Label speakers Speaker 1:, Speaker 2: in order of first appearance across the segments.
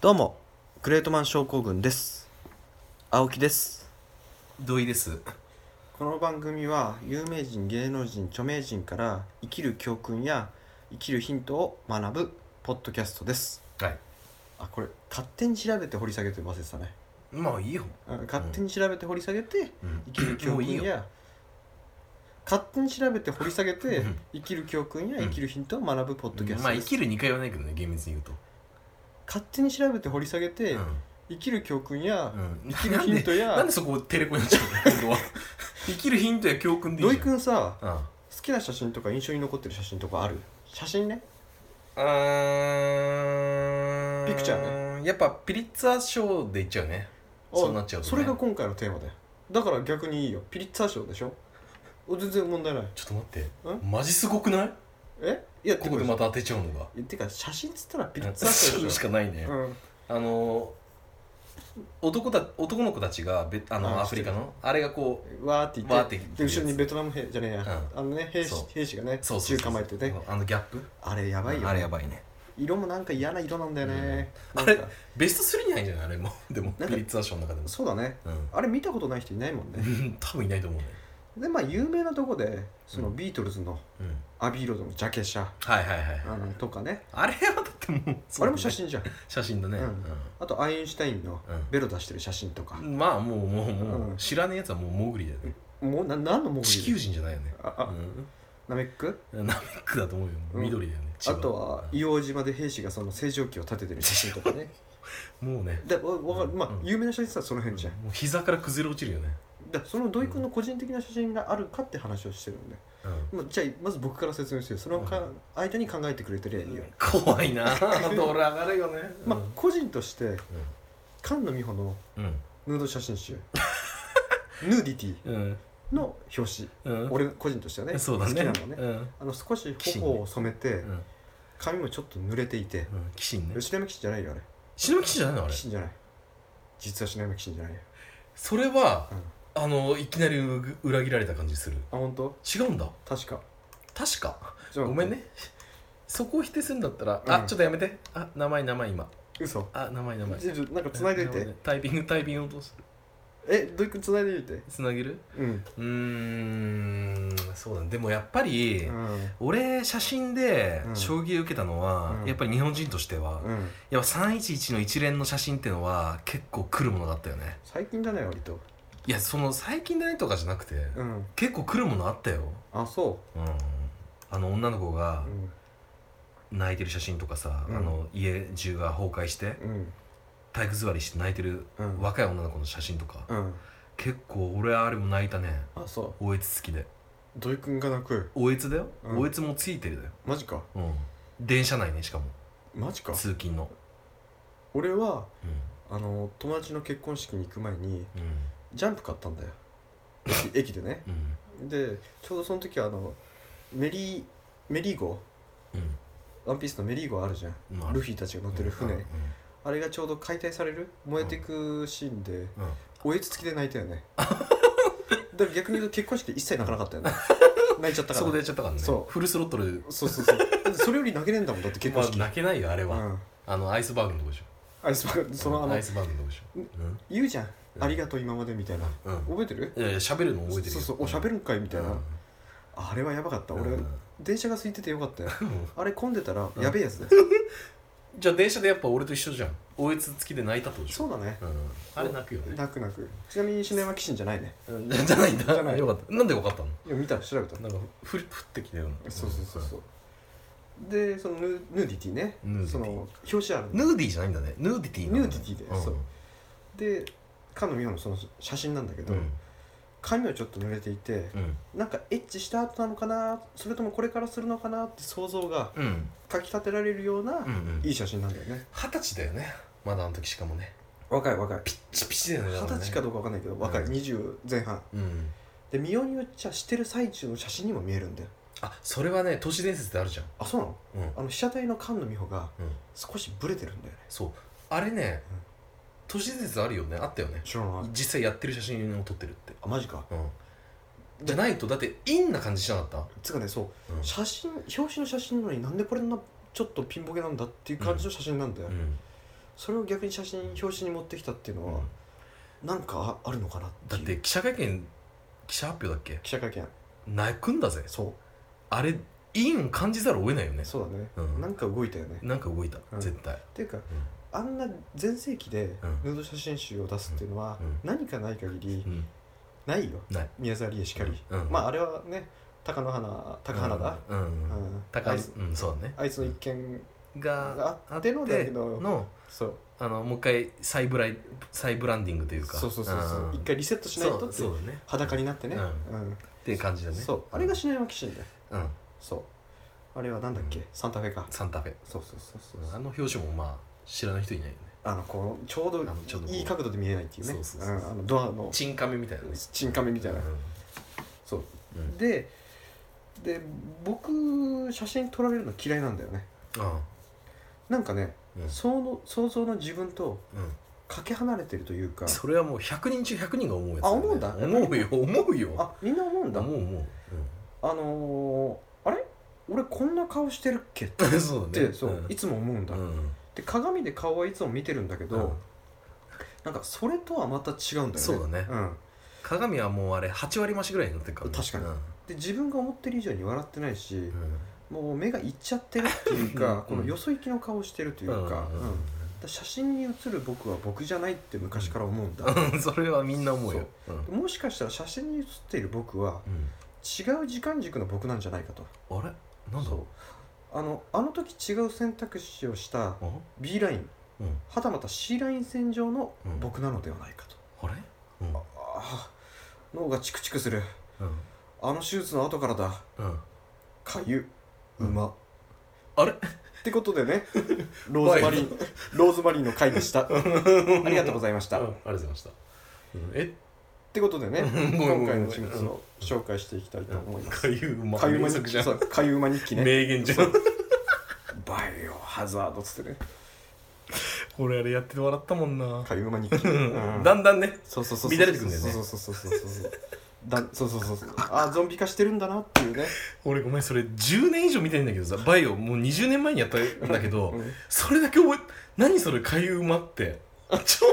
Speaker 1: どうもグレートマン症候群です青木です
Speaker 2: 同意です
Speaker 1: この番組は有名人芸能人著名人から生きる教訓や生きるヒントを学ぶポッドキャストです
Speaker 2: はい
Speaker 1: あこれ勝手に調べて掘り下げて忘れてたね
Speaker 2: まあいいよ、
Speaker 1: うん勝手に調べて掘り下げて
Speaker 2: うん
Speaker 1: 生きる教
Speaker 2: もういい
Speaker 1: 訓や勝手に調べて掘り下げて
Speaker 2: うん
Speaker 1: 生きる教訓や
Speaker 2: うん
Speaker 1: 生きるヒントを学ぶポッドキャス
Speaker 2: ま
Speaker 1: トで
Speaker 2: あ生
Speaker 1: す
Speaker 2: きる2回はないけどね厳密に言うと、
Speaker 1: 勝手に調べて掘り下げて生きる教訓や
Speaker 2: うん、
Speaker 1: 生きるヒント
Speaker 2: なんでな
Speaker 1: や
Speaker 2: んでそこをテレコにしちゃうの今度は生きるヒントや教訓でい
Speaker 1: 土井
Speaker 2: いじゃん
Speaker 1: くんさ
Speaker 2: うんあ
Speaker 1: 好きな写真とか印象に残ってる写真とかある写真ね
Speaker 2: ー
Speaker 1: ピクチャー
Speaker 2: ねやっぱピリッツァ賞でいっちゃうね
Speaker 1: あ
Speaker 2: そうなっちゃうとね
Speaker 1: それが今回のテーマだよだから逆にいいよピリッツァ賞でしょお全然問題ない
Speaker 2: ちょっと待ってマジすごくない
Speaker 1: えいや
Speaker 2: ここで
Speaker 1: て
Speaker 2: ま
Speaker 1: か
Speaker 2: た当てちゃうのが
Speaker 1: えてか写真っつったらピリッツァ賞
Speaker 2: そう
Speaker 1: で
Speaker 2: し
Speaker 1: し
Speaker 2: かないね、
Speaker 1: ょ、うん、
Speaker 2: あの男た男の子たちがべあの
Speaker 1: あ
Speaker 2: アフリカのあれがこう
Speaker 1: わーって言
Speaker 2: わー
Speaker 1: っ
Speaker 2: って
Speaker 1: て
Speaker 2: 言って
Speaker 1: で
Speaker 2: るやつ
Speaker 1: 後ろにベトナム兵じゃねえや、あのね兵士
Speaker 2: そう
Speaker 1: 兵士がね
Speaker 2: そうそう
Speaker 1: 銃
Speaker 2: そう
Speaker 1: 構えてね
Speaker 2: あのギャップ
Speaker 1: あれやばいよ
Speaker 2: あれやばいね
Speaker 1: 色もなんか嫌な色なんだよね、
Speaker 2: うん
Speaker 1: なんか
Speaker 2: あベスト3に入んじゃないあれも でも
Speaker 1: な
Speaker 2: ピ
Speaker 1: んか
Speaker 2: リッツァ賞の中でも
Speaker 1: そうだね
Speaker 2: うん
Speaker 1: あれ見たことない人いないもんね
Speaker 2: うん 多分いないと思うね
Speaker 1: でまあ有名なとこでその
Speaker 2: うん
Speaker 1: ビートルズの
Speaker 2: うん
Speaker 1: アビーロードのジャケ写
Speaker 2: はいはいはい
Speaker 1: あのとかね
Speaker 2: あれはだってもう
Speaker 1: あれも写真じゃん
Speaker 2: 写真だね
Speaker 1: う
Speaker 2: うん
Speaker 1: あとアインシュタインの
Speaker 2: うん
Speaker 1: ベロ出してる写真とか、
Speaker 2: んまあもうもうも
Speaker 1: うん
Speaker 2: う知らねえやつはもうモグリだよね
Speaker 1: もうな何のも
Speaker 2: 地球人じゃないよね
Speaker 1: ああナメック
Speaker 2: うんナメックだと思うよ
Speaker 1: うん
Speaker 2: 緑だよね
Speaker 1: あ
Speaker 2: 千葉
Speaker 1: とは
Speaker 2: うん
Speaker 1: 硫黄島で兵士がその星条旗を立ててる写真とか ね
Speaker 2: もうね
Speaker 1: でわわかるまあ
Speaker 2: うん
Speaker 1: 有名な写真って言ったらその辺じゃん、
Speaker 2: もう膝から崩れ落ちるよね
Speaker 1: だその土井君の個人的な写真があるかって話をしてるんで、
Speaker 2: うん
Speaker 1: まあ、じゃあまず僕から説明してそのか、
Speaker 2: う
Speaker 1: 間に考えてくれてりゃいいよ、
Speaker 2: 怖 いなドラ上がるよね
Speaker 1: まあ個人として菅野美穂の
Speaker 2: うん
Speaker 1: ヌード写真集 ヌーディティ
Speaker 2: うん
Speaker 1: の表紙
Speaker 2: うん
Speaker 1: 俺個人としてはね
Speaker 2: そうだね
Speaker 1: 好きなのね、
Speaker 2: うん
Speaker 1: あの少し頬を染めて、
Speaker 2: うん
Speaker 1: 髪もちょっと濡れていて、
Speaker 2: うんキシンね
Speaker 1: 吉田美紀じゃないよあれ
Speaker 2: シノキシンじゃないのあれ
Speaker 1: 紀信じゃない実は篠山紀信じゃないよ、
Speaker 2: それは
Speaker 1: うん、あ
Speaker 2: あのいきなりう裏切られた感じする
Speaker 1: 本当
Speaker 2: 違うんだ
Speaker 1: 確か
Speaker 2: 確か
Speaker 1: ちょっと
Speaker 2: ごめん
Speaker 1: 待って
Speaker 2: ねそこを否定するんだったら、
Speaker 1: うん
Speaker 2: あちょっとやめてあ名前名前今
Speaker 1: 嘘
Speaker 2: あ名前名前
Speaker 1: ちょっとなんか繋いでい
Speaker 2: 名
Speaker 1: て
Speaker 2: 前タイピングタイピングをどうする
Speaker 1: え土井くん繋いでいて
Speaker 2: つなげる
Speaker 1: うん、
Speaker 2: うーんそうだねでもやっぱり、
Speaker 1: うん
Speaker 2: 俺写真で
Speaker 1: うん
Speaker 2: 衝撃を受けたのは、
Speaker 1: うん
Speaker 2: やっぱり日本人としては、
Speaker 1: うん、
Speaker 2: やっぱ311の一連の写真ってのは結構来るものだったよね
Speaker 1: 最近だね割と
Speaker 2: いやその最近でないとかじゃなくて、
Speaker 1: うん
Speaker 2: 結構来るものあったよ
Speaker 1: あそ
Speaker 2: うんあの女の子
Speaker 1: う
Speaker 2: が
Speaker 1: うん
Speaker 2: 泣いてる写真とかさ、
Speaker 1: うん
Speaker 2: あの家中が崩壊して
Speaker 1: うん
Speaker 2: 体育座りして泣いてる
Speaker 1: うん
Speaker 2: 若い女の子の写真とか、
Speaker 1: うん
Speaker 2: 結構俺あれも泣いたね
Speaker 1: あそ
Speaker 2: おえつ好きで
Speaker 1: う土井くんが泣く
Speaker 2: おえつだよ、
Speaker 1: うん
Speaker 2: おえつもついてるだよ、
Speaker 1: マジか
Speaker 2: うん、電車内ねしかも
Speaker 1: マジか
Speaker 2: 通勤の
Speaker 1: 俺は
Speaker 2: う
Speaker 1: あの友達の結婚式に行く前に
Speaker 2: ん
Speaker 1: ジャンプ買ったんだ よ駅駅でね
Speaker 2: うんうん
Speaker 1: でちょうどその時はあのメリーメリー号ワンピースのメリー号あるじゃん
Speaker 2: うんまあ
Speaker 1: ルフィたちが乗ってる船、
Speaker 2: うん
Speaker 1: あれがちょうど解体される燃えてくシーンで、
Speaker 2: うんうん
Speaker 1: おえつつきで泣いたよ ねだから逆に言うと結婚式で一切泣かなかった よね泣いちゃったから
Speaker 2: そこでやっちゃったからね
Speaker 1: そう
Speaker 2: フルスロットル
Speaker 1: そうそうそうだってそれより泣けねえんだもんだって結
Speaker 2: ま
Speaker 1: 婚
Speaker 2: あ
Speaker 1: 式、
Speaker 2: 泣けないよあれは、
Speaker 1: うん、
Speaker 2: あのアイスバーグのとこでしょ
Speaker 1: アイスバーグそのあの、
Speaker 2: アイスバーグのとこでしょうん
Speaker 1: 言うじゃん、
Speaker 2: うん
Speaker 1: ありがとう今までみたいな
Speaker 2: うん
Speaker 1: 覚えてる
Speaker 2: いやいや喋るの覚えてる
Speaker 1: そ
Speaker 2: よ
Speaker 1: うそうおしゃべるんかいみたいな、
Speaker 2: うん
Speaker 1: あれはやばかった俺、
Speaker 2: うん
Speaker 1: 電車が空いててよかったよ
Speaker 2: うん
Speaker 1: あれ混んでたら
Speaker 2: うん
Speaker 1: やべえやつだよ、
Speaker 2: じゃあ電車でやっぱ俺と一緒じゃんおえつ付きで泣いたってことでしょ
Speaker 1: そうだね
Speaker 2: う、ん、あれ泣くよね
Speaker 1: 泣く泣くちなみに篠山紀信じゃないね
Speaker 2: うんじゃないんだ
Speaker 1: じゃない
Speaker 2: よかったなんでよかったの
Speaker 1: いや見た調べた
Speaker 2: なんかふ降ってきたような
Speaker 1: そうそうそうそうでそのヌヌーディティね
Speaker 2: ヌーディティ
Speaker 1: その表紙ある
Speaker 2: ヌーディーじゃないんだねヌーディティなの
Speaker 1: ヌーディティだよ
Speaker 2: うん
Speaker 1: そうで菅野美穂のその写真なんだけど、
Speaker 2: うん
Speaker 1: 髪をちょっと濡れていて
Speaker 2: うん
Speaker 1: なんかエッチした後なのかなそれともこれからするのかなって想像が
Speaker 2: うん
Speaker 1: かき立てられるような、
Speaker 2: うん
Speaker 1: いい写真なんだよね
Speaker 2: 二十歳だよねまだあの時しかもね
Speaker 1: 若い若い
Speaker 2: ピッチピチだよねだ
Speaker 1: 二
Speaker 2: らね
Speaker 1: 十歳かどうかわかんないけど若い、
Speaker 2: うん
Speaker 1: 20前半
Speaker 2: うん
Speaker 1: で美容によっちゃしてる最中の写真にも見えるんだよ
Speaker 2: あそれはね都市伝説であるじゃん
Speaker 1: あそうなの
Speaker 2: うん、
Speaker 1: あの被写体の菅野美穂が
Speaker 2: うん、
Speaker 1: 少しブレてるんだよね
Speaker 2: そうあれね、
Speaker 1: うん
Speaker 2: 都市伝説あるよねあったよね
Speaker 1: 知らない
Speaker 2: 実際やってる写真を撮ってるって
Speaker 1: あマジか
Speaker 2: うんじゃないとだってインな感じしなかった、
Speaker 1: つうかねそう
Speaker 2: うん
Speaker 1: 写真表紙の写真なのになんでこれなちょっとピンボケなんだっていう感じの写真なんだよ、
Speaker 2: うん
Speaker 1: それを逆に写真表紙に持ってきたっていうのは、なんかああるのかなって
Speaker 2: だっ
Speaker 1: いう
Speaker 2: て記者会見記者発表だっけ
Speaker 1: 記者会見
Speaker 2: 泣くんだぜ
Speaker 1: そ
Speaker 2: あれインを感じざるを得ないよね
Speaker 1: うそうだね、
Speaker 2: うん
Speaker 1: なんか動いたよね、っ
Speaker 2: なんか動いた、
Speaker 1: うん
Speaker 2: 絶対
Speaker 1: ていうかあんな全盛期で
Speaker 2: うん
Speaker 1: ヌード写真集を出すっていうのは、
Speaker 2: うん
Speaker 1: 何かない限り
Speaker 2: うん
Speaker 1: ないよ
Speaker 2: ない
Speaker 1: 宮沢りえしかり、
Speaker 2: うん
Speaker 1: まああれはね高野花高花だ、
Speaker 2: うん、うん
Speaker 1: うん
Speaker 2: 高
Speaker 1: あ
Speaker 2: い
Speaker 1: いつ
Speaker 2: うんそうだね
Speaker 1: あいつの一件
Speaker 2: が
Speaker 1: があってのだけど
Speaker 2: の
Speaker 1: そう
Speaker 2: あのもう一回再ブライ再ブランディングというか
Speaker 1: そうそうそうそう、
Speaker 2: ん
Speaker 1: 一回リセットしないとって
Speaker 2: そうそうだね
Speaker 1: 裸になってね、
Speaker 2: うん
Speaker 1: うん
Speaker 2: っていう感じだね
Speaker 1: そうあれが篠山紀信だよ
Speaker 2: うん
Speaker 1: そうあれはなんだっけ、
Speaker 2: うん
Speaker 1: サンタフェか
Speaker 2: サンタフェ
Speaker 1: そうそうそうそう
Speaker 2: あの表紙もまあ知らない人いないよね
Speaker 1: あのこうちょう
Speaker 2: のちょう
Speaker 1: ど
Speaker 2: どこう
Speaker 1: いい角度で見えないっていうね
Speaker 2: そうそうそう
Speaker 1: うんあのドアの
Speaker 2: チンカメみたいなね
Speaker 1: チンカメみたいな、
Speaker 2: う
Speaker 1: そうん
Speaker 2: うん
Speaker 1: でで僕写真撮られるの嫌いなんだよね
Speaker 2: あ
Speaker 1: なんかね、
Speaker 2: あうん
Speaker 1: その想像の自分と
Speaker 2: うん
Speaker 1: かけ離れてるというか
Speaker 2: それはもう100人中100人が思うやつ
Speaker 1: あ思うんだ
Speaker 2: 思うよ思うよ
Speaker 1: あみんな思うんだ
Speaker 2: 思う 思う
Speaker 1: あのー、あれ俺こんな顔してるっけっ
Speaker 2: うんそうだね
Speaker 1: てそう、
Speaker 2: ん
Speaker 1: いつも思うんだ、
Speaker 2: うん
Speaker 1: で鏡で顔はいつも見てるんだけど、
Speaker 2: うん
Speaker 1: なんかそれとはまた違うんだよね
Speaker 2: そうだね
Speaker 1: ん、
Speaker 2: 鏡はもうあれ8割増しぐらいになってるからね
Speaker 1: 確かにで自分が思ってる以上に笑ってないし、
Speaker 2: うんうん
Speaker 1: もう目がいっちゃってるっていう
Speaker 2: うん
Speaker 1: かこのよそ行きの顔してるというか,、うん
Speaker 2: ん
Speaker 1: だから写真に写る僕は僕じゃないって昔から思うんだ、
Speaker 2: うん それはみんな思うようん
Speaker 1: もしかしたら写真に写っている僕は違う時間軸の僕なんじゃないかと
Speaker 2: うんあれなんだ
Speaker 1: そうあのあの時違う選択肢をした
Speaker 2: あ
Speaker 1: B ライン
Speaker 2: うん
Speaker 1: はたまた C ライン線上の
Speaker 2: うん
Speaker 1: 僕なのではないかと、
Speaker 2: あれうん
Speaker 1: ああ脳がチクチクする
Speaker 2: うん
Speaker 1: あの手術の後からだ
Speaker 2: うん
Speaker 1: かゆう
Speaker 2: うん
Speaker 1: ま、
Speaker 2: あれ
Speaker 1: ってことで ねローズマリーローズマリーの回でしたありがとうございました。
Speaker 2: うん
Speaker 1: っ
Speaker 2: ありがとうございましたう んえ
Speaker 1: てことでね、
Speaker 2: うんごめん
Speaker 1: 今回
Speaker 2: ごめん
Speaker 1: のチームを紹介していきたいと思います。
Speaker 2: かゆうま
Speaker 1: かゆま
Speaker 2: 名
Speaker 1: 日
Speaker 2: 作
Speaker 1: 記
Speaker 2: じゃん
Speaker 1: そうかゆま日記ね。
Speaker 2: 名言じゃん
Speaker 1: バイオハザードっつってね。
Speaker 2: 俺あれやってて笑ったもんな
Speaker 1: かゆま日記。
Speaker 2: うん
Speaker 1: うん
Speaker 2: だんだんね
Speaker 1: そうそうそうそう。
Speaker 2: 乱れてくんだよね
Speaker 1: そうそうそうそうそうそう。だそうそうそうそう。あゾンビ化してるんだなっていうね。
Speaker 2: 俺ごめんそれ10年以上見てないんだけどさバイオもう20年前にやったんだけど
Speaker 1: うん
Speaker 2: それだけ覚え何それかゆうまって超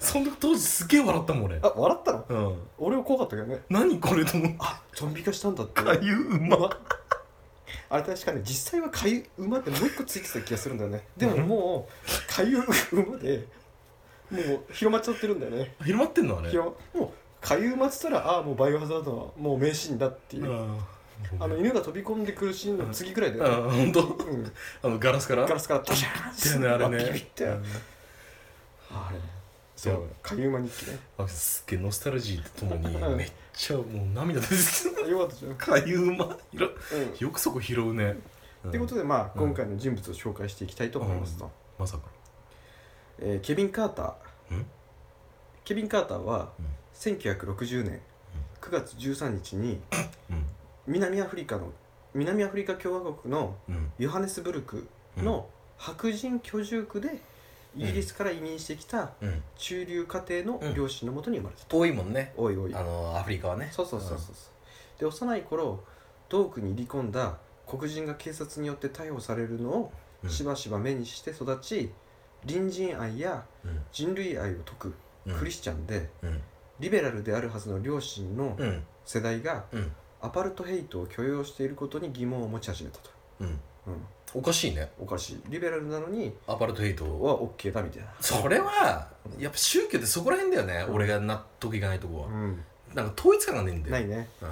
Speaker 2: その当時すげえ笑ったもん俺
Speaker 1: あ笑ったの？
Speaker 2: うん
Speaker 1: 俺は怖かったけどね。
Speaker 2: 何これと思っ
Speaker 1: あゾンビ化したんだってて。
Speaker 2: かゆうま
Speaker 1: あれ確かね実際はかゆ馬ってもう一個ついてた気がするんだよねでももうかゆ馬でもう広まっちゃってるんだよね
Speaker 2: 広まってんのあれ
Speaker 1: 広もうかゆ馬っつったらああもうバイオハザードのもう名シーンだっていう、あの
Speaker 2: うん
Speaker 1: 犬が飛び込んでくるシーンの次ぐらいで、
Speaker 2: あ本当
Speaker 1: うん、
Speaker 2: あのガラスから
Speaker 1: ガラスからドシャーン
Speaker 2: だよねあれね
Speaker 1: ビビって、
Speaker 2: うん
Speaker 1: あれそうかゆ馬日記ね
Speaker 2: あすっげえノスタルジーとともに
Speaker 1: うん
Speaker 2: めっちゃもう涙出てき
Speaker 1: あ よかったじゃん、
Speaker 2: たかゆうまいろ
Speaker 1: うん、
Speaker 2: よくそこ拾うね
Speaker 1: ってこと
Speaker 2: で
Speaker 1: でまあ
Speaker 2: うん
Speaker 1: 今回の人物を紹介していきたいと思いますと、
Speaker 2: まさか
Speaker 1: えーケビン・カーター
Speaker 2: うん
Speaker 1: ケビン・カーターは
Speaker 2: うん
Speaker 1: 1960年9月13日に
Speaker 2: うん
Speaker 1: 南アフリカの南アフリカ共和国の
Speaker 2: うん
Speaker 1: ヨハネスブルク
Speaker 2: うん
Speaker 1: の白人居住区で
Speaker 2: ん
Speaker 1: イギリスから移民してきた
Speaker 2: うん
Speaker 1: 中流家庭
Speaker 2: うん
Speaker 1: の両親のもとに生まれたと、
Speaker 2: 遠いもんね
Speaker 1: おいおい
Speaker 2: あのアフリカはね
Speaker 1: そうそうそうそうそうで幼い頃同区に入り込んだ黒人が警察によって逮捕されるのを
Speaker 2: うん
Speaker 1: しばしば目にして育ち隣人愛や
Speaker 2: うん
Speaker 1: 人類愛を説
Speaker 2: うん
Speaker 1: くクリスチャンで
Speaker 2: うん
Speaker 1: リベラルであるはずの両親の
Speaker 2: うん
Speaker 1: 世代が
Speaker 2: うん
Speaker 1: アパルトヘイトを許容していることに疑問を持ち始めたと、
Speaker 2: うん
Speaker 1: うん、
Speaker 2: おかしいね
Speaker 1: おかしいリベラルなのに
Speaker 2: アパルトヘイトは
Speaker 1: は OK だみたいな、
Speaker 2: それはやっぱ宗教ってそこら辺だよね、俺が納得いかないとこは、
Speaker 1: ん、
Speaker 2: なんか統一感がねえんだよ
Speaker 1: ないね
Speaker 2: うん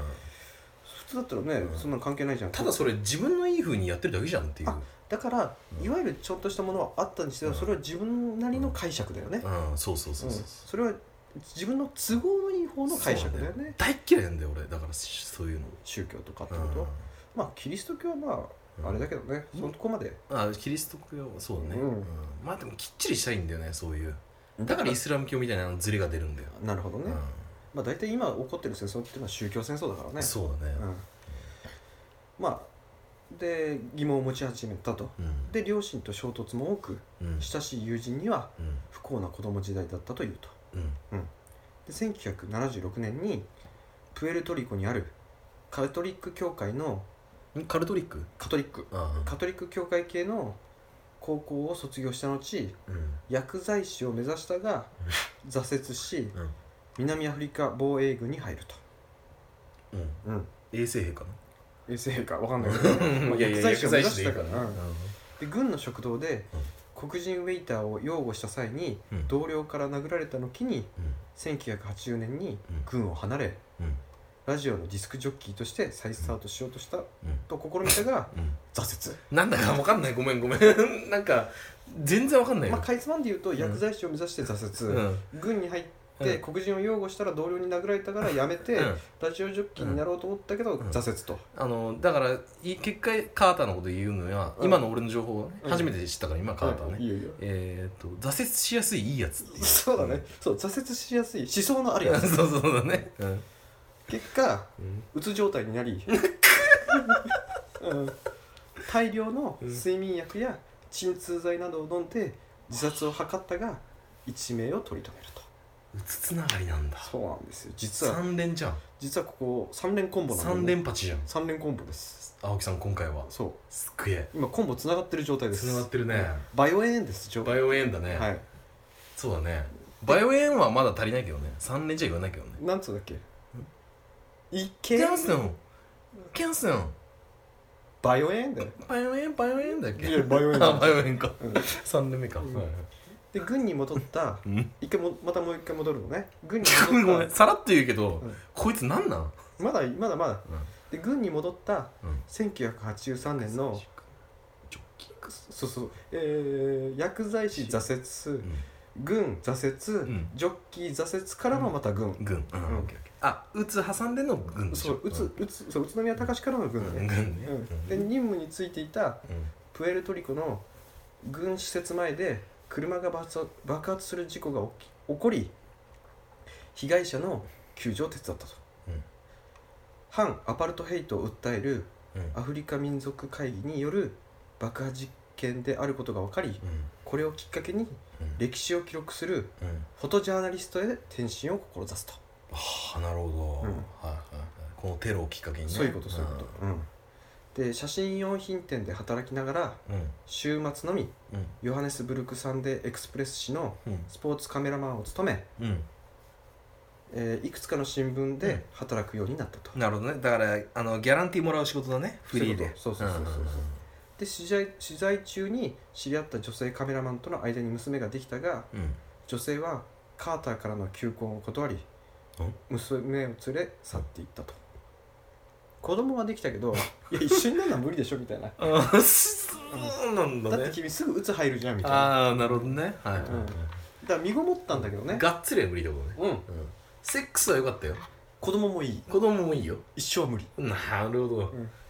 Speaker 1: 普通だったらね、
Speaker 2: うん
Speaker 1: そんなの関係ないじゃん
Speaker 2: ただそれ自分のいい風にやってるだけじゃんっていう
Speaker 1: あだからいわゆるちょっとしたものはあったにしても、
Speaker 2: うん
Speaker 1: それは自分なりの解釈だよね、
Speaker 2: うんそうそうそう
Speaker 1: うん
Speaker 2: そう、
Speaker 1: それは自分の都合のいい方の解釈だよ
Speaker 2: そうなん
Speaker 1: ね
Speaker 2: 大っ嫌いなんだよ俺だからしそういうの
Speaker 1: 宗教とかってこと、まあキリスト教はま
Speaker 2: うん
Speaker 1: ああれだけどね、
Speaker 2: うん
Speaker 1: そのとこまで
Speaker 2: あキリスト教そうだね、
Speaker 1: うん
Speaker 2: まあでもきっちりしたいんだよねそういうだからイスラム教みたいなズレが出るんだよ、
Speaker 1: なるほどね、
Speaker 2: うん
Speaker 1: まあ大体今起こってる戦争っていうのは宗教戦争だからね
Speaker 2: そうだね
Speaker 1: うんまあで疑問を持ち始めたと
Speaker 2: うん
Speaker 1: で両親と衝突も多く
Speaker 2: うん
Speaker 1: 親しい友人には
Speaker 2: うん
Speaker 1: 不幸な子供時代だったというと
Speaker 2: うん
Speaker 1: で1976年にプエルトリコにあるカトリック教会の
Speaker 2: カルトリック
Speaker 1: カトリック
Speaker 2: ああ
Speaker 1: カトリック教会系の高校を卒業した後
Speaker 2: うん
Speaker 1: 薬剤師を目指したが挫折し
Speaker 2: うん
Speaker 1: 南アフリカ防衛軍に入ると、
Speaker 2: うん
Speaker 1: うん、
Speaker 2: 衛生兵か
Speaker 1: 衛生兵かわかんないけど、ま
Speaker 2: な
Speaker 1: あ
Speaker 2: いやいや
Speaker 1: 薬剤師を目指
Speaker 2: で
Speaker 1: し
Speaker 2: いい
Speaker 1: た
Speaker 2: か
Speaker 1: からら
Speaker 2: な
Speaker 1: うんで軍の食堂で黒人ウェイターを擁護した際に
Speaker 2: うん
Speaker 1: 同僚から殴られたのきに
Speaker 2: うん
Speaker 1: 1980年に
Speaker 2: うん
Speaker 1: 軍を離れ
Speaker 2: うん
Speaker 1: ラジオのディスクジョッキーとして再スタートしようとした
Speaker 2: うん
Speaker 1: と試みた が
Speaker 2: うん
Speaker 1: 挫折
Speaker 2: なんだかわかんないごめんごめん なんか全然わかんないよ
Speaker 1: まあかいつまんで言うと薬剤師を目指して挫
Speaker 2: う
Speaker 1: 折
Speaker 2: ん
Speaker 1: 軍に入って
Speaker 2: うん
Speaker 1: 黒人を擁護したら同僚に殴られたからやめて
Speaker 2: うん
Speaker 1: ラジオジョッキーになろうと思ったけど
Speaker 2: うん
Speaker 1: 挫折と
Speaker 2: あのだからい結果カーターのこと言うのは、
Speaker 1: うん
Speaker 2: 今の俺の情報をね、
Speaker 1: うん
Speaker 2: 初めて知ったから今カーターね、
Speaker 1: いいよいいよ
Speaker 2: えー、と挫折しやすいいいやつっていう
Speaker 1: そうだねそう挫折しやすい思想のある
Speaker 2: うん
Speaker 1: やつ
Speaker 2: そうそうだね、うん
Speaker 1: 結果うつ状態になり、うん大量の睡眠薬や鎮痛剤などを飲んで自殺を図ったが一命を取り留めると
Speaker 2: うつつながりなんだ
Speaker 1: そうなんですよ実は
Speaker 2: 三連じゃん
Speaker 1: 実はここ三連コンボなん
Speaker 2: 三
Speaker 1: で、
Speaker 2: 連発じゃん
Speaker 1: 三連コンボです
Speaker 2: 青木さん今回は
Speaker 1: そう
Speaker 2: すっげえ
Speaker 1: 今コンボつながってる状態です
Speaker 2: つながってるね
Speaker 1: バイオエーンです状
Speaker 2: バイオエーンだね、
Speaker 1: はい
Speaker 2: そうだねバイオエーンはまだ足りないけどね三連じゃ言わないけどね
Speaker 1: なんつうんだっけい
Speaker 2: キ
Speaker 1: け
Speaker 2: ャンセンキャンセン
Speaker 1: バイオエーンだよ
Speaker 2: バイオエーンバイオエーンだっけ
Speaker 1: いやバイオエーン
Speaker 2: あバイオエーンか
Speaker 1: うん
Speaker 2: 三連目か、
Speaker 1: うん
Speaker 2: はいはい
Speaker 1: で軍に戻った
Speaker 2: うん
Speaker 1: 一回もまたもう一回戻るのね軍に
Speaker 2: ごめん ご
Speaker 1: 戻
Speaker 2: め
Speaker 1: っ
Speaker 2: んさらっと言うけど、
Speaker 1: うん
Speaker 2: こいつなんなん、
Speaker 1: たまだまだまだで軍に戻った
Speaker 2: うん
Speaker 1: 1983年の
Speaker 2: ジョッキー
Speaker 1: そうそう、えー、薬剤師挫折軍挫折、
Speaker 2: うん
Speaker 1: ジョッキー挫折からのまた軍、
Speaker 2: 軍、うん
Speaker 1: うん
Speaker 2: オッケーオッケーあうつ挟んでの軍でし
Speaker 1: そ
Speaker 2: ょ
Speaker 1: う宇都宇都そう宇都宮隆からの
Speaker 2: う
Speaker 1: 軍
Speaker 2: ん
Speaker 1: だ
Speaker 2: 軍
Speaker 1: ね、
Speaker 2: ね
Speaker 1: うんで任務についていた
Speaker 2: うん
Speaker 1: プエルトリコの軍施設前で車が爆発爆発する事故が起き起こり被害者の救助を手伝ったと、
Speaker 2: うん
Speaker 1: 反アパルトヘイトを訴える
Speaker 2: うんうん
Speaker 1: アフリカ民族会議による爆破実験であることが分かりこれをきっかけに
Speaker 2: うん
Speaker 1: 歴史を記録する
Speaker 2: うん
Speaker 1: フォトジャーナリストへ転身を志すと、
Speaker 2: はあなるほど、
Speaker 1: うん
Speaker 2: はいはいはいこのテロをきっかけにね
Speaker 1: そういうことそういうこと、うん、で写真用品店で働きながら
Speaker 2: うん
Speaker 1: 週末のみ
Speaker 2: うん
Speaker 1: ヨハネスブルクサンデーエクスプレス紙の
Speaker 2: うん
Speaker 1: スポーツカメラマンを務め、
Speaker 2: うん
Speaker 1: えーいくつかの新聞
Speaker 2: うん
Speaker 1: で働くようになったと、
Speaker 2: なるほどねだからあのギャランティーもらう仕事だねフリーで
Speaker 1: そういうことそうそうそうそうそうで取材取材中に知り合った女性カメラマンとの間に娘ができたが
Speaker 2: うんうん
Speaker 1: 女性はカーターからの求婚を断り娘を連れ去っていったと子供はできた けどいや一緒になるのは無理でしょみたいな
Speaker 2: あーそうなんだ
Speaker 1: だって
Speaker 2: ね
Speaker 1: 君すぐ鬱入るじゃんみたいなだか
Speaker 2: ああなるほどねはいはいはい、
Speaker 1: ら身ごもったんだけどね
Speaker 2: がっつりは無理ってことね、
Speaker 1: うん
Speaker 2: うん、セックスは良かったよ
Speaker 1: 子供もいい
Speaker 2: 子供もいいよ
Speaker 1: 一生は無理、
Speaker 2: なるほど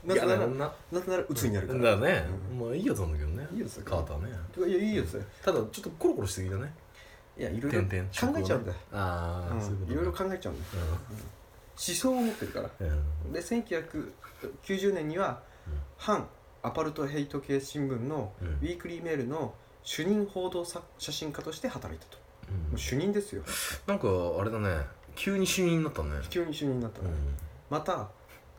Speaker 1: なぜな
Speaker 2: 嫌だ
Speaker 1: ら
Speaker 2: もんな
Speaker 1: なぜなら鬱になるから、
Speaker 2: だね
Speaker 1: うん
Speaker 2: まあいいやつなんだけどね
Speaker 1: いいやつだ
Speaker 2: カ
Speaker 1: か
Speaker 2: ーターね
Speaker 1: いやいいよそれ
Speaker 2: ただちょっとコロコロしすぎだね
Speaker 1: いやいろいろ考
Speaker 2: 点々
Speaker 1: えちゃうんだよ、
Speaker 2: ああそういう
Speaker 1: うん
Speaker 2: こと
Speaker 1: いろいろ考えちゃうんだよ思想を持ってるから
Speaker 2: うんうん
Speaker 1: で1990年には
Speaker 2: うん
Speaker 1: 反アパルトヘイト系新聞の
Speaker 2: うん
Speaker 1: ウィークリーメールの主任報道さ写真家として働いたと、
Speaker 2: うん
Speaker 1: もう主任ですよ
Speaker 2: なんかあれだね急に主任になったね
Speaker 1: 急に主任になった
Speaker 2: う
Speaker 1: の、
Speaker 2: ん
Speaker 1: また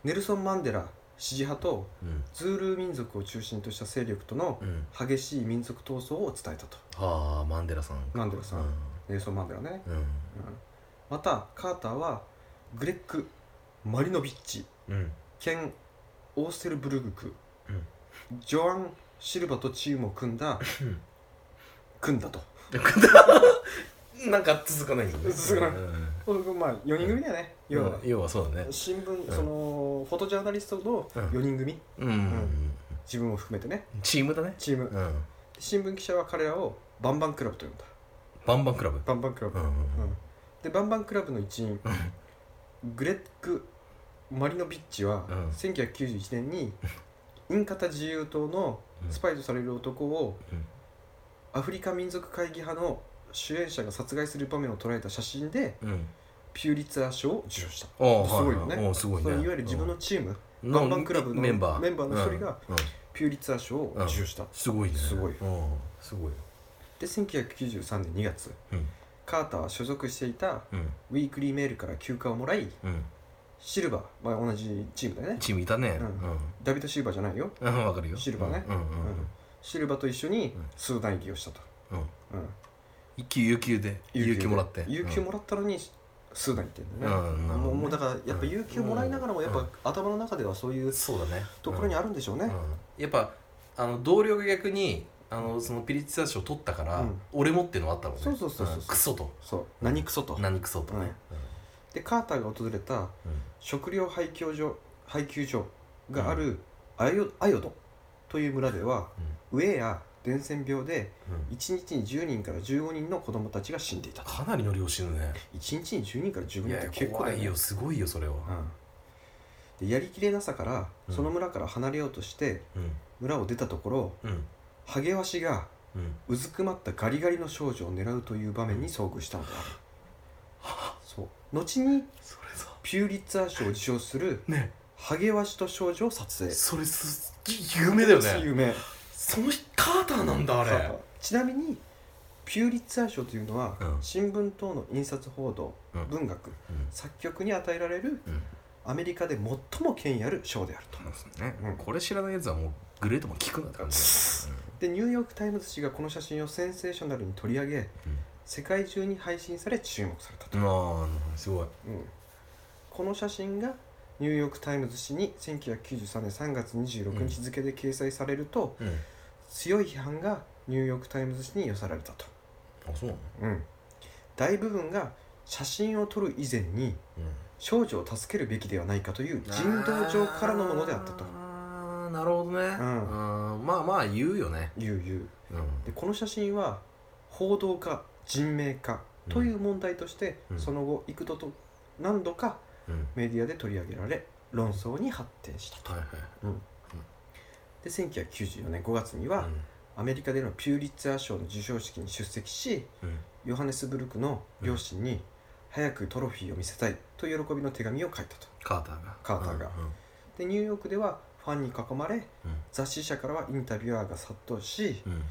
Speaker 1: ネルソン・マンデラ支持派と
Speaker 2: うん
Speaker 1: ズールー民族を中心とした勢力との
Speaker 2: うん
Speaker 1: 激しい民族闘争を伝えたと
Speaker 2: はあマンデラさん
Speaker 1: マンデラさん、
Speaker 2: うん
Speaker 1: ネルソン・マンデラね、
Speaker 2: うん
Speaker 1: うんまたカーターはグレッグ・マリノビッチ
Speaker 2: うん
Speaker 1: 兼オーステルブルグク、
Speaker 2: うん
Speaker 1: ジョアン・シルバとチームを組んだ
Speaker 2: うん
Speaker 1: 組んだと
Speaker 2: なんか続かないんだね
Speaker 1: 続かない
Speaker 2: うん
Speaker 1: これまあ4人組だよね、要は
Speaker 2: うん、要はそうだね
Speaker 1: 新聞、
Speaker 2: うん
Speaker 1: そのフォトジャーナリストの
Speaker 2: うん
Speaker 1: 4人組、
Speaker 2: うんうん
Speaker 1: 自分を含めてね
Speaker 2: チームだね
Speaker 1: チーム、
Speaker 2: うん
Speaker 1: 新聞記者は彼らをバンバンクラブと呼んだ
Speaker 2: バンバンクラブ
Speaker 1: バンバンクラブ、
Speaker 2: うんうん
Speaker 1: うんでバンバンクラブの一員グレッグ・マリノビッチは、
Speaker 2: うん
Speaker 1: 1991年にインカタ自由党のスパイとされる男を
Speaker 2: うん
Speaker 1: アフリカ民族会議派の主演者が殺害する場面を捉えた写真で
Speaker 2: うん
Speaker 1: ピューリツァー賞を受賞した、
Speaker 2: ああ
Speaker 1: すごいよ
Speaker 2: は
Speaker 1: ね
Speaker 2: はおうすごい
Speaker 1: そ
Speaker 2: ね
Speaker 1: のいわゆる自分のチーム、
Speaker 2: うん
Speaker 1: バンバンクラブの
Speaker 2: メンバー
Speaker 1: メンバーの一人が
Speaker 2: うんうん
Speaker 1: ピューリツァー賞を受賞した、
Speaker 2: すごいね
Speaker 1: すごい
Speaker 2: うんすごい
Speaker 1: で1993年2月
Speaker 2: うん
Speaker 1: カーターは所属していた
Speaker 2: うん
Speaker 1: ウィークリーメールから休暇をもらい
Speaker 2: うん
Speaker 1: シルバー、まあ、同じチームだよね
Speaker 2: チームいたね
Speaker 1: うんダビド・シルバーじゃないよ
Speaker 2: うんわかるよ
Speaker 1: シルバーね
Speaker 2: うんうんうん
Speaker 1: うんシルバと一緒に
Speaker 2: うん
Speaker 1: スーダン行きをしたと、
Speaker 2: うん
Speaker 1: うん、
Speaker 2: 一級有給で有給もらって
Speaker 1: 有給
Speaker 2: も
Speaker 1: もらったのにスーダン行ってんだよね、
Speaker 2: うん
Speaker 1: もうもうだ
Speaker 2: か
Speaker 1: からやっぱ有給もらいながらもやっ
Speaker 2: うん
Speaker 1: ぱ頭の中ではそういう
Speaker 2: そうだね
Speaker 1: ところにあるんでしょうね、
Speaker 2: うんやっぱあの同僚が逆にあのそのピリッツァ賞取ったから、
Speaker 1: うん
Speaker 2: 俺もっていうのはあったもんね
Speaker 1: そうそうそうそうん
Speaker 2: クソと
Speaker 1: そう何クソと
Speaker 2: 何クソとね、
Speaker 1: でカーターが訪れた
Speaker 2: うん
Speaker 1: 食料配給所配給所があるアヨアヨドという村では、ウェや伝染病で
Speaker 2: うんうん
Speaker 1: 1日に10人から15人の子供たちが死んでいたと
Speaker 2: かなりの量死ぬね
Speaker 1: 1日に10人から15
Speaker 2: い
Speaker 1: 人っ
Speaker 2: や
Speaker 1: て結構
Speaker 2: 怖
Speaker 1: だよ
Speaker 2: いよすごいよそれは、
Speaker 1: うん、でやりきれなさから
Speaker 2: うん
Speaker 1: その村から離れようとして
Speaker 2: うん
Speaker 1: 村を出たところ
Speaker 2: うん
Speaker 1: ハゲワシが
Speaker 2: うん
Speaker 1: うずくまったガリガリの少女を狙うという場面に遭遇したのであるそう後に
Speaker 2: それさ
Speaker 1: ピューリッツァー賞を受賞する
Speaker 2: ね
Speaker 1: ハゲワシと少女を撮影
Speaker 2: それす有名だよね
Speaker 1: 有名
Speaker 2: その日カーターなんだあれ
Speaker 1: そうちなみにピューリッツァー賞というのは、
Speaker 2: うん
Speaker 1: 新聞等の印刷報道、
Speaker 2: うん
Speaker 1: 文学
Speaker 2: うん
Speaker 1: 作曲に与えられる
Speaker 2: うん
Speaker 1: アメリカで最も権威ある賞であると
Speaker 2: そうですね
Speaker 1: うん
Speaker 2: これ知らないやつはもうグレートも聞くなって感じだよね
Speaker 1: でニューヨーク・タイムズ紙がこの写真をセンセーショナルに取り上げ世界中に配信され注目されたと、
Speaker 2: うんああす
Speaker 1: う
Speaker 2: ごい
Speaker 1: んこの写真がニューヨーク・タイムズ紙に1993年3月26日付で掲載されると、
Speaker 2: うん
Speaker 1: 強い批判がニューヨーク・タイムズ紙に寄せられたと、
Speaker 2: あそうなの
Speaker 1: うん、大部分が写真を撮る以前に少女を助けるべきではないかという人道上からのものであったと
Speaker 2: あーなるほどね、
Speaker 1: ん
Speaker 2: うんまあまあ言うよね、
Speaker 1: いういう
Speaker 2: うん
Speaker 1: でこの写真は報道か人命かという問題として、
Speaker 2: うん
Speaker 1: その後幾度と何度か
Speaker 2: うん
Speaker 1: メディアで取り上げられ論争に発展したと
Speaker 2: はいはい
Speaker 1: で1994年5月には、アメリカでのピューリッツァー賞の授賞式に出席し
Speaker 2: うんうん
Speaker 1: ヨハネスブルクの両親に早くトロフィーを見せたいと喜びの手紙を書いたと
Speaker 2: カーターが
Speaker 1: カーターがでニューヨークではファンに囲まれ
Speaker 2: うん
Speaker 1: 雑誌社からはインタビュアーが殺到し
Speaker 2: うん、うん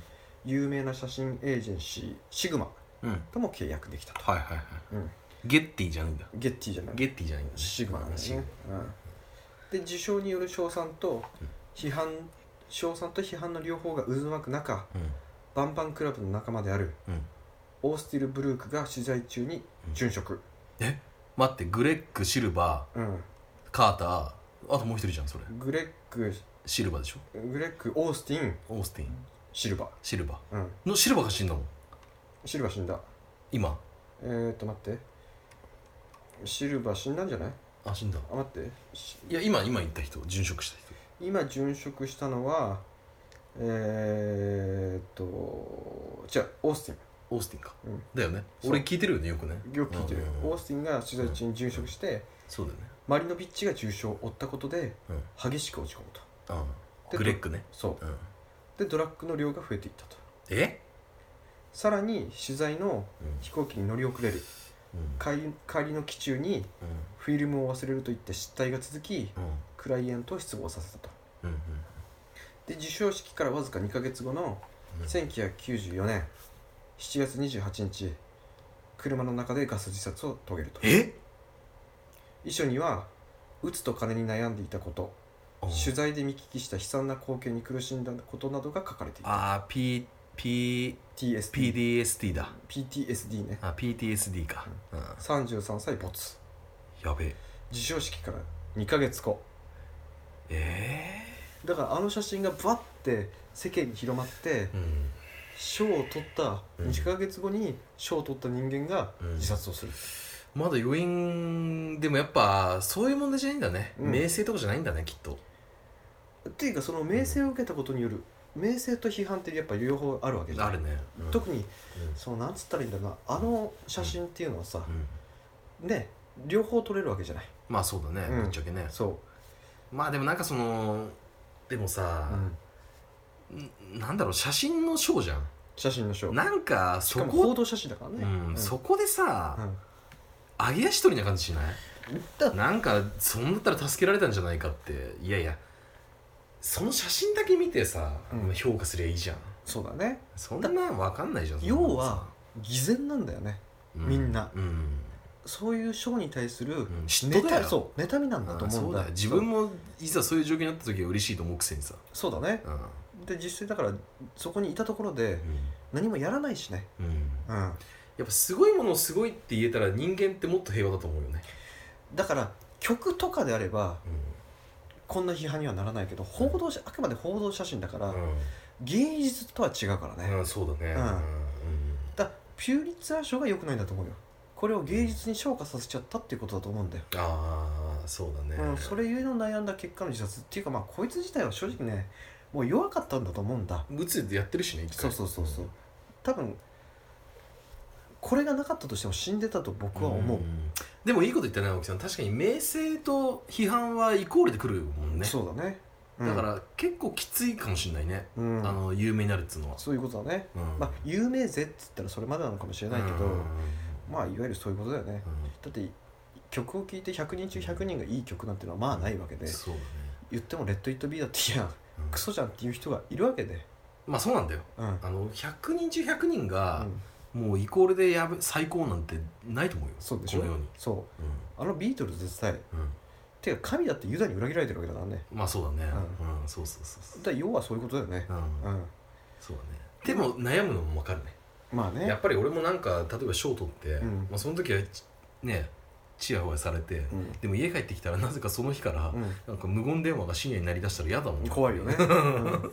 Speaker 1: 有名な写真エージェンシーシグマ
Speaker 2: うん
Speaker 1: とも契約できたと、
Speaker 2: はいはいはい
Speaker 1: うん、
Speaker 2: ゲッティじゃないんだ
Speaker 1: ゲッティじゃない
Speaker 2: ゲッティじゃないんだね
Speaker 1: シグマなんです
Speaker 2: シグ
Speaker 1: ね、うん、で受賞による賞賛と
Speaker 2: うん
Speaker 1: 批判賞賛と批判の両方が渦巻く中
Speaker 2: マ
Speaker 1: バンバンクラブの仲間である
Speaker 2: うん、うん、
Speaker 1: オースティル・ブルークが取材中に殉職、
Speaker 2: 待ってグレッグシルバ
Speaker 1: うん、
Speaker 2: ーカーターあともう一人じゃんそれ
Speaker 1: グレッグ
Speaker 2: シルバーでしょ
Speaker 1: グレッグ・オースティン
Speaker 2: オースティン
Speaker 1: シルバ
Speaker 2: シルバ
Speaker 1: ー、うん、
Speaker 2: ーのシルバーが死んだもん
Speaker 1: シルバー死んだ
Speaker 2: 今
Speaker 1: えー、っと待ってシルバー死んだんじゃない
Speaker 2: あ死んだ
Speaker 1: あ待ってし
Speaker 2: いや今今言った人殉職した人
Speaker 1: 今殉職したのはえー、っとじゃあオースティン
Speaker 2: オースティンか、
Speaker 1: うん
Speaker 2: だよね
Speaker 1: そう
Speaker 2: 俺聞いてるよねよくね
Speaker 1: よく聞いてる、
Speaker 2: うん
Speaker 1: オースティンが取材中に殉職して、
Speaker 2: そうだよね
Speaker 1: マリノビッチが重傷を負ったことで
Speaker 2: うん
Speaker 1: 激しく落ち込むと
Speaker 2: あ
Speaker 1: で
Speaker 2: グレッグね、
Speaker 1: そう
Speaker 2: うん、
Speaker 1: でドラッグの量が増えていったと
Speaker 2: え、
Speaker 1: さらに取材の飛行機に乗り遅れる
Speaker 2: うん
Speaker 1: 帰り帰りの機中にフィルムを忘れるといった失態が続き
Speaker 2: うん
Speaker 1: クライアントを失望させたと
Speaker 2: うんうん
Speaker 1: で授賞式からわずか2ヶ月後の1994年7月28日車の中でガス自殺を遂げると
Speaker 2: え
Speaker 1: 遺書にはうつと金に悩んでいたこと取材で見聞きした悲惨な光景に苦しんだことなどが書かれていた
Speaker 2: あー P P
Speaker 1: TSD
Speaker 2: PDSD だ
Speaker 1: PTSD ね
Speaker 2: あ PTSD か、うん、
Speaker 1: 33歳没
Speaker 2: やべえ
Speaker 1: 授賞式から2ヶ月後
Speaker 2: え
Speaker 1: だからあの写真がバッて世間に広まって
Speaker 2: えうん
Speaker 1: 賞を取った
Speaker 2: うん
Speaker 1: 2ヶ月後に賞を取った人間が
Speaker 2: うん
Speaker 1: 自殺をする、
Speaker 2: まだ余韻でもやっぱそういう問題じゃないんだね、
Speaker 1: うん
Speaker 2: 名声とかじゃないんだねきっと
Speaker 1: っていうかその名声を受けたことによる名声と批判ってやっぱ両方あるわけじゃん
Speaker 2: あるね、うん、
Speaker 1: 特に
Speaker 2: うん
Speaker 1: そのなんつったらいいんだろうなあの写真っていうのはさ、
Speaker 2: うん
Speaker 1: ね両方撮れるわけじゃない
Speaker 2: まあそうだね、
Speaker 1: うん
Speaker 2: ぶっちゃけね
Speaker 1: そ
Speaker 2: まあでもなんかそのでも
Speaker 1: う、
Speaker 2: さ、
Speaker 1: うん
Speaker 2: んなんだろう写真のショーじゃん
Speaker 1: 写真の賞
Speaker 2: なんか
Speaker 1: し
Speaker 2: そ
Speaker 1: かも報
Speaker 2: こ
Speaker 1: 道写真だからね、
Speaker 2: うん
Speaker 1: うん
Speaker 2: そこでさ、
Speaker 1: うん
Speaker 2: 揚げ足取りな感じしない
Speaker 1: だ
Speaker 2: なんかそんだったら助けられたんじゃないかっていやいやその写真だけ見てさ、
Speaker 1: うん
Speaker 2: 評価すりゃいいじゃん
Speaker 1: そうだね
Speaker 2: そんなん分かんないじゃんそんなの
Speaker 1: 要は偽善なんだよね
Speaker 2: う
Speaker 1: みんな
Speaker 2: うん、
Speaker 1: そういう賞に対する、
Speaker 2: ん嫉
Speaker 1: ネ
Speaker 2: 妬だ
Speaker 1: タ
Speaker 2: よ
Speaker 1: そう妬みなんだと
Speaker 2: あ
Speaker 1: 思う
Speaker 2: そ
Speaker 1: ん
Speaker 2: う
Speaker 1: だ
Speaker 2: だよ自分もいざそういう状況になった時は嬉しいと思うくせにさ、
Speaker 1: そうそうだね
Speaker 2: うん、
Speaker 1: で実際だからそこにいたところで何もやらないしね
Speaker 2: うんうん
Speaker 1: うん
Speaker 2: やっぱすごいものをすごいって言えたら人間ってもっと平和だと思うよね、
Speaker 1: だから曲とかであれば
Speaker 2: う
Speaker 1: こんな批判にはならないけど報道しあくまで報道写真だから、
Speaker 2: ん
Speaker 1: 芸術とは違うからね、
Speaker 2: うん、そうだね
Speaker 1: うん
Speaker 2: うん
Speaker 1: だピューリッツァー賞が良くないんだと思うよこれを芸術に昇華させちゃったっていうことだと思うんだよ、
Speaker 2: ああそうだね、
Speaker 1: うん、それゆえの悩んだ結果の自殺っていうかまあこいつ自体は正直ねもう弱かったんだと思うんだ
Speaker 2: うつでやってるしね一
Speaker 1: そう
Speaker 2: 回
Speaker 1: そうそうそう多分これがなかったとしても死んでたと僕は思う、
Speaker 2: んでもいいこと言ったね青木さん確かに名声と批判はイコールでくるもんね
Speaker 1: そうだね、うん
Speaker 2: だから結構きついかもしれないね、
Speaker 1: うん
Speaker 2: あの有名になるっつうのは、
Speaker 1: そういうことだね
Speaker 2: うん
Speaker 1: まあ有名ぜって言ったらそれまでなのかもしれないけど、
Speaker 2: うん
Speaker 1: まあいわゆるそういうことだよねだって曲を聴いて100人中100人がいい曲なんてのはまあないわけで
Speaker 2: そうだね、
Speaker 1: 言っても「レッド・イット・ビー」だっていや
Speaker 2: うん
Speaker 1: クソじゃんっていう人がいるわけで
Speaker 2: まあそうなんだよ
Speaker 1: うん、うん
Speaker 2: あの100人中100人が、もうイコールでやべ最高なんてないと思うよ
Speaker 1: そうでしょ
Speaker 2: このように、
Speaker 1: そ
Speaker 2: うん
Speaker 1: うあのビートルズさえ
Speaker 2: うん
Speaker 1: てか神だってユダに裏切られてるわけだからね
Speaker 2: まあそうだね
Speaker 1: う
Speaker 2: うん、そうそうそうそ
Speaker 1: だから要はそういうことだよね
Speaker 2: う、うん
Speaker 1: うん
Speaker 2: そうだねでも悩むのも分かるね
Speaker 1: まあね
Speaker 2: やっぱり俺もなんか例えば賞取って、
Speaker 1: うん
Speaker 2: まあ、その時はちねチヤホヤされて、
Speaker 1: うん
Speaker 2: でも家帰ってきたらなぜかその日から、
Speaker 1: う
Speaker 2: なんか無言電話が深夜になりだしたら嫌だもん
Speaker 1: ん、怖いよね、うん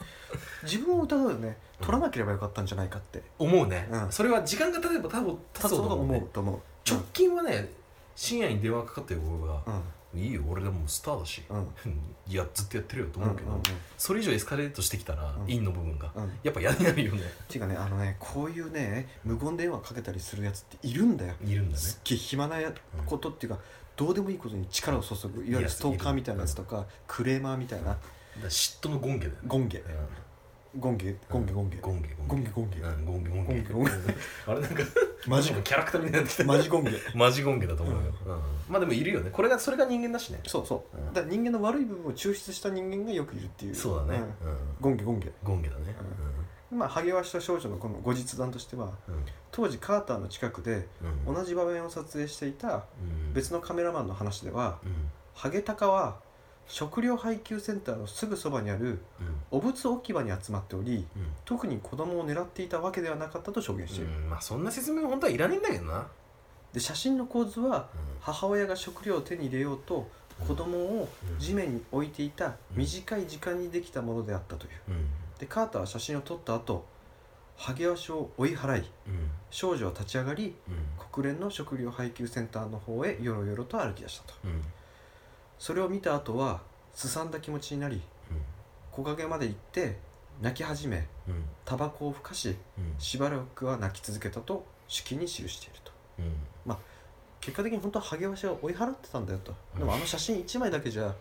Speaker 1: 自分を疑うよね
Speaker 2: うん
Speaker 1: 取らなければよかったんじゃないかって
Speaker 2: 思うね、
Speaker 1: うん
Speaker 2: それは時間が経てば多分経
Speaker 1: 多
Speaker 2: つほ
Speaker 1: 分
Speaker 2: ど思う,、
Speaker 1: 思うと思う
Speaker 2: 直近はね深夜に電話かかってる方が
Speaker 1: うん
Speaker 2: 「いいよ俺でもうスターだし、
Speaker 1: うん
Speaker 2: いやずっとやってるよ」と思うけど、
Speaker 1: んん
Speaker 2: それ以上エスカレートしてきたら、
Speaker 1: うん
Speaker 2: 陰の部分が
Speaker 1: うんうん、っ
Speaker 2: やっぱ嫌になるよね
Speaker 1: ていうかねあのねこういうね無言電話かけたりするやつっているんだよ
Speaker 2: いるんだね
Speaker 1: すっげえ暇なやことっていうか、どうでもいいことに力を注ぐいわゆるストーカーみたいなやつとかクレーマーみたいな
Speaker 2: だから嫉妬の権化だよね
Speaker 1: ゴンゲ
Speaker 2: うん
Speaker 1: ゴンゲゴンゲゴンゲ
Speaker 2: ゴンゲ
Speaker 1: ゴンゲゴンゲ
Speaker 2: うんゴンゲゴン
Speaker 1: ゴ
Speaker 2: ゲ
Speaker 1: ンゲゴンゲ
Speaker 2: あれなんか
Speaker 1: マジ
Speaker 2: なんかキャラクターみたいになってきた
Speaker 1: マジゴンゲ
Speaker 2: マジゴンゲだと思うよ、うんまあでもいるよねこれがそれが人間だしね
Speaker 1: そうそう、
Speaker 2: うん
Speaker 1: だから人間の悪い部分を抽出した人間がよくいるっていう
Speaker 2: そうだね、
Speaker 1: ん
Speaker 2: うん
Speaker 1: ゴンゲゴンゲ
Speaker 2: ゴンゲだね
Speaker 1: まあ励ました少女のこの後日談としては
Speaker 2: うん
Speaker 1: 当時カーターの近くで
Speaker 2: うん
Speaker 1: 同じ場面を撮影していた
Speaker 2: うん
Speaker 1: 別のカメラマンの話ではハゲタカは食料配給センターのすぐそばにある
Speaker 2: うんうん
Speaker 1: お仏置き場に集まっており
Speaker 2: うん
Speaker 1: 特に子供を狙っていたわけではなかったと証言している、
Speaker 2: うんまあそんな説明は本当はいらねえんだけどな、
Speaker 1: で写真の構図は
Speaker 2: う
Speaker 1: 母親が食料を手に入れようと子供を
Speaker 2: ん
Speaker 1: 地面に置いていた短い時間にできたものであったという
Speaker 2: うん
Speaker 1: でカーターは写真を撮った後ハゲワシを追い払い
Speaker 2: うん
Speaker 1: 少女は立ち上がり
Speaker 2: うん
Speaker 1: 国連の食料配給センターの方へよろよろと歩き出したと
Speaker 2: うん
Speaker 1: それを見た後はすさんだ気持ちになり木陰まで行って泣き始め
Speaker 2: うんうん
Speaker 1: タバコをふかし
Speaker 2: うん
Speaker 1: しばらくは泣き続けたと手記に記していると
Speaker 2: うん
Speaker 1: 結果的に本当はハゲワシを追い払ってたんだよとでもあの写真1枚だけじゃ
Speaker 2: うん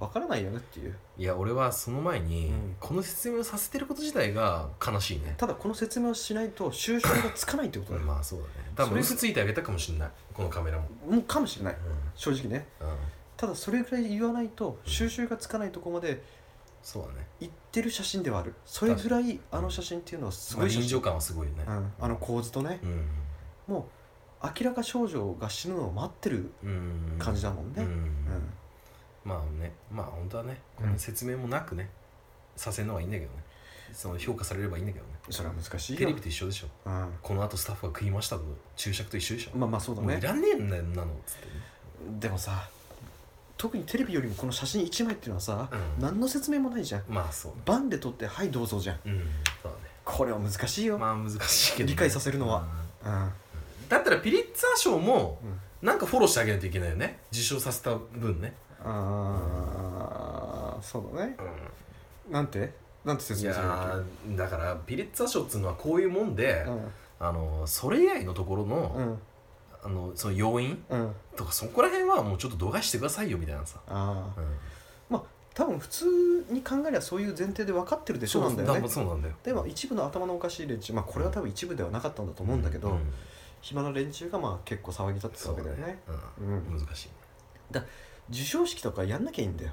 Speaker 1: わからないよねっていう
Speaker 2: いや俺はその前に、
Speaker 1: うん
Speaker 2: この説明をさせてること自体が悲しいね
Speaker 1: ただこの説明をしないと収拾がつかないってことだよ
Speaker 2: まあそうだね多
Speaker 1: そ
Speaker 2: 分
Speaker 1: れ
Speaker 2: 嘘ついてあげたかもしれないこのカメラも、
Speaker 1: もうかもしれない
Speaker 2: うん
Speaker 1: 正直ね
Speaker 2: うん、
Speaker 1: ただそれぐらい言わないと収拾がつかないとこまで
Speaker 2: そうだね
Speaker 1: 行ってる写真ではあるそれぐらいあの写真っていうのはす
Speaker 2: す
Speaker 1: ご
Speaker 2: ご
Speaker 1: い
Speaker 2: い
Speaker 1: 写
Speaker 2: 臨
Speaker 1: 真
Speaker 2: 場感はすごいよね
Speaker 1: うん、あの構図とね
Speaker 2: うん
Speaker 1: もう明らか少女が死ぬのを待ってる
Speaker 2: うん
Speaker 1: 感じだもんね
Speaker 2: うん
Speaker 1: うん
Speaker 2: まあねまあ本当はね
Speaker 1: うん
Speaker 2: この説明もなくね、させるのはいいんだけどねその評価されればいいんだけどね
Speaker 1: それは難しい
Speaker 2: テ
Speaker 1: よ
Speaker 2: レビと一緒でしょ
Speaker 1: うん
Speaker 2: この後スタッフが食いましたと注釈と一緒でしょ、
Speaker 1: まあまあそうだ
Speaker 2: もうい
Speaker 1: ね
Speaker 2: らねえんだよんなのっつってね
Speaker 1: でもさ特にテレビよりもこの写真1枚っていうのはさ
Speaker 2: うん
Speaker 1: 何の説明もないじゃん
Speaker 2: まあそうね
Speaker 1: バンで撮ってはいどうぞじゃん
Speaker 2: うんそうだね
Speaker 1: これは難しいよ
Speaker 2: まあ難しいけどね、
Speaker 1: 理解させるのはうん
Speaker 2: うんだったらピリッツァー賞も
Speaker 1: うん
Speaker 2: なんかフォローしてあげないといけないよね受賞させた分ね、
Speaker 1: あーそうだね
Speaker 2: うん
Speaker 1: なんてなんて
Speaker 2: い
Speaker 1: 説明
Speaker 2: や
Speaker 1: するわ
Speaker 2: ーだからピリッツァ賞っつうのはこういうもんで、
Speaker 1: けうん
Speaker 2: あのそれ以外のところの,、
Speaker 1: うん
Speaker 2: あのその要因
Speaker 1: うん
Speaker 2: とかそこら辺はもうちょっと度外してくださいよみたいなさ、
Speaker 1: ああ
Speaker 2: うん、
Speaker 1: 多分普通に考えりゃそういう前提で分かってるでしょなんだよね
Speaker 2: そうなんだよ
Speaker 1: でも一部の頭のおかしい連中まあこれは多分一部ではなかったんだと思うんだけど、
Speaker 2: うん
Speaker 1: 暇な連中がまあ結構騒ぎ立ってた
Speaker 2: そう
Speaker 1: わけだよね
Speaker 2: うん
Speaker 1: うん
Speaker 2: 難しい
Speaker 1: 授賞式とかやんなきゃいいんだよ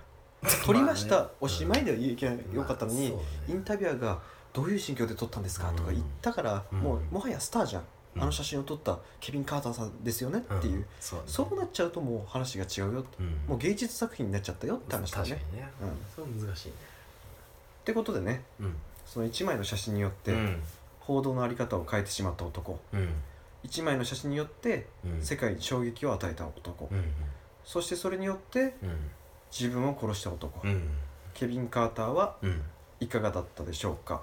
Speaker 1: 取りました、
Speaker 2: まあね
Speaker 1: おしまいでいけば
Speaker 2: うん
Speaker 1: よかったのに、
Speaker 2: まあそう
Speaker 1: イ
Speaker 2: ね
Speaker 1: ンタビュアーが「どういう心境で撮ったんですか?」とか言ったから、
Speaker 2: うん
Speaker 1: もう
Speaker 2: うん
Speaker 1: もはやスターじゃん、
Speaker 2: うん
Speaker 1: あの写真を撮ったケビン・カーターさんですよねっていう、
Speaker 2: んそうだね
Speaker 1: そうなっちゃうともう話が違うよ
Speaker 2: うん
Speaker 1: もう芸術作品になっちゃったよって話だ
Speaker 2: 確か
Speaker 1: ね
Speaker 2: にね
Speaker 1: うん
Speaker 2: そう難しいね
Speaker 1: ってことでね
Speaker 2: うん
Speaker 1: その1枚の写真によって
Speaker 2: うん
Speaker 1: 報道のあり方を変えてしまった男
Speaker 2: うん
Speaker 1: 1枚の写真によって
Speaker 2: うん
Speaker 1: 世界に衝撃を与えた男、
Speaker 2: うん
Speaker 1: そしてそれによって
Speaker 2: うん
Speaker 1: 自分を殺した男、
Speaker 2: うん
Speaker 1: ケビン・カーターは
Speaker 2: うん
Speaker 1: いかがだったでしょうか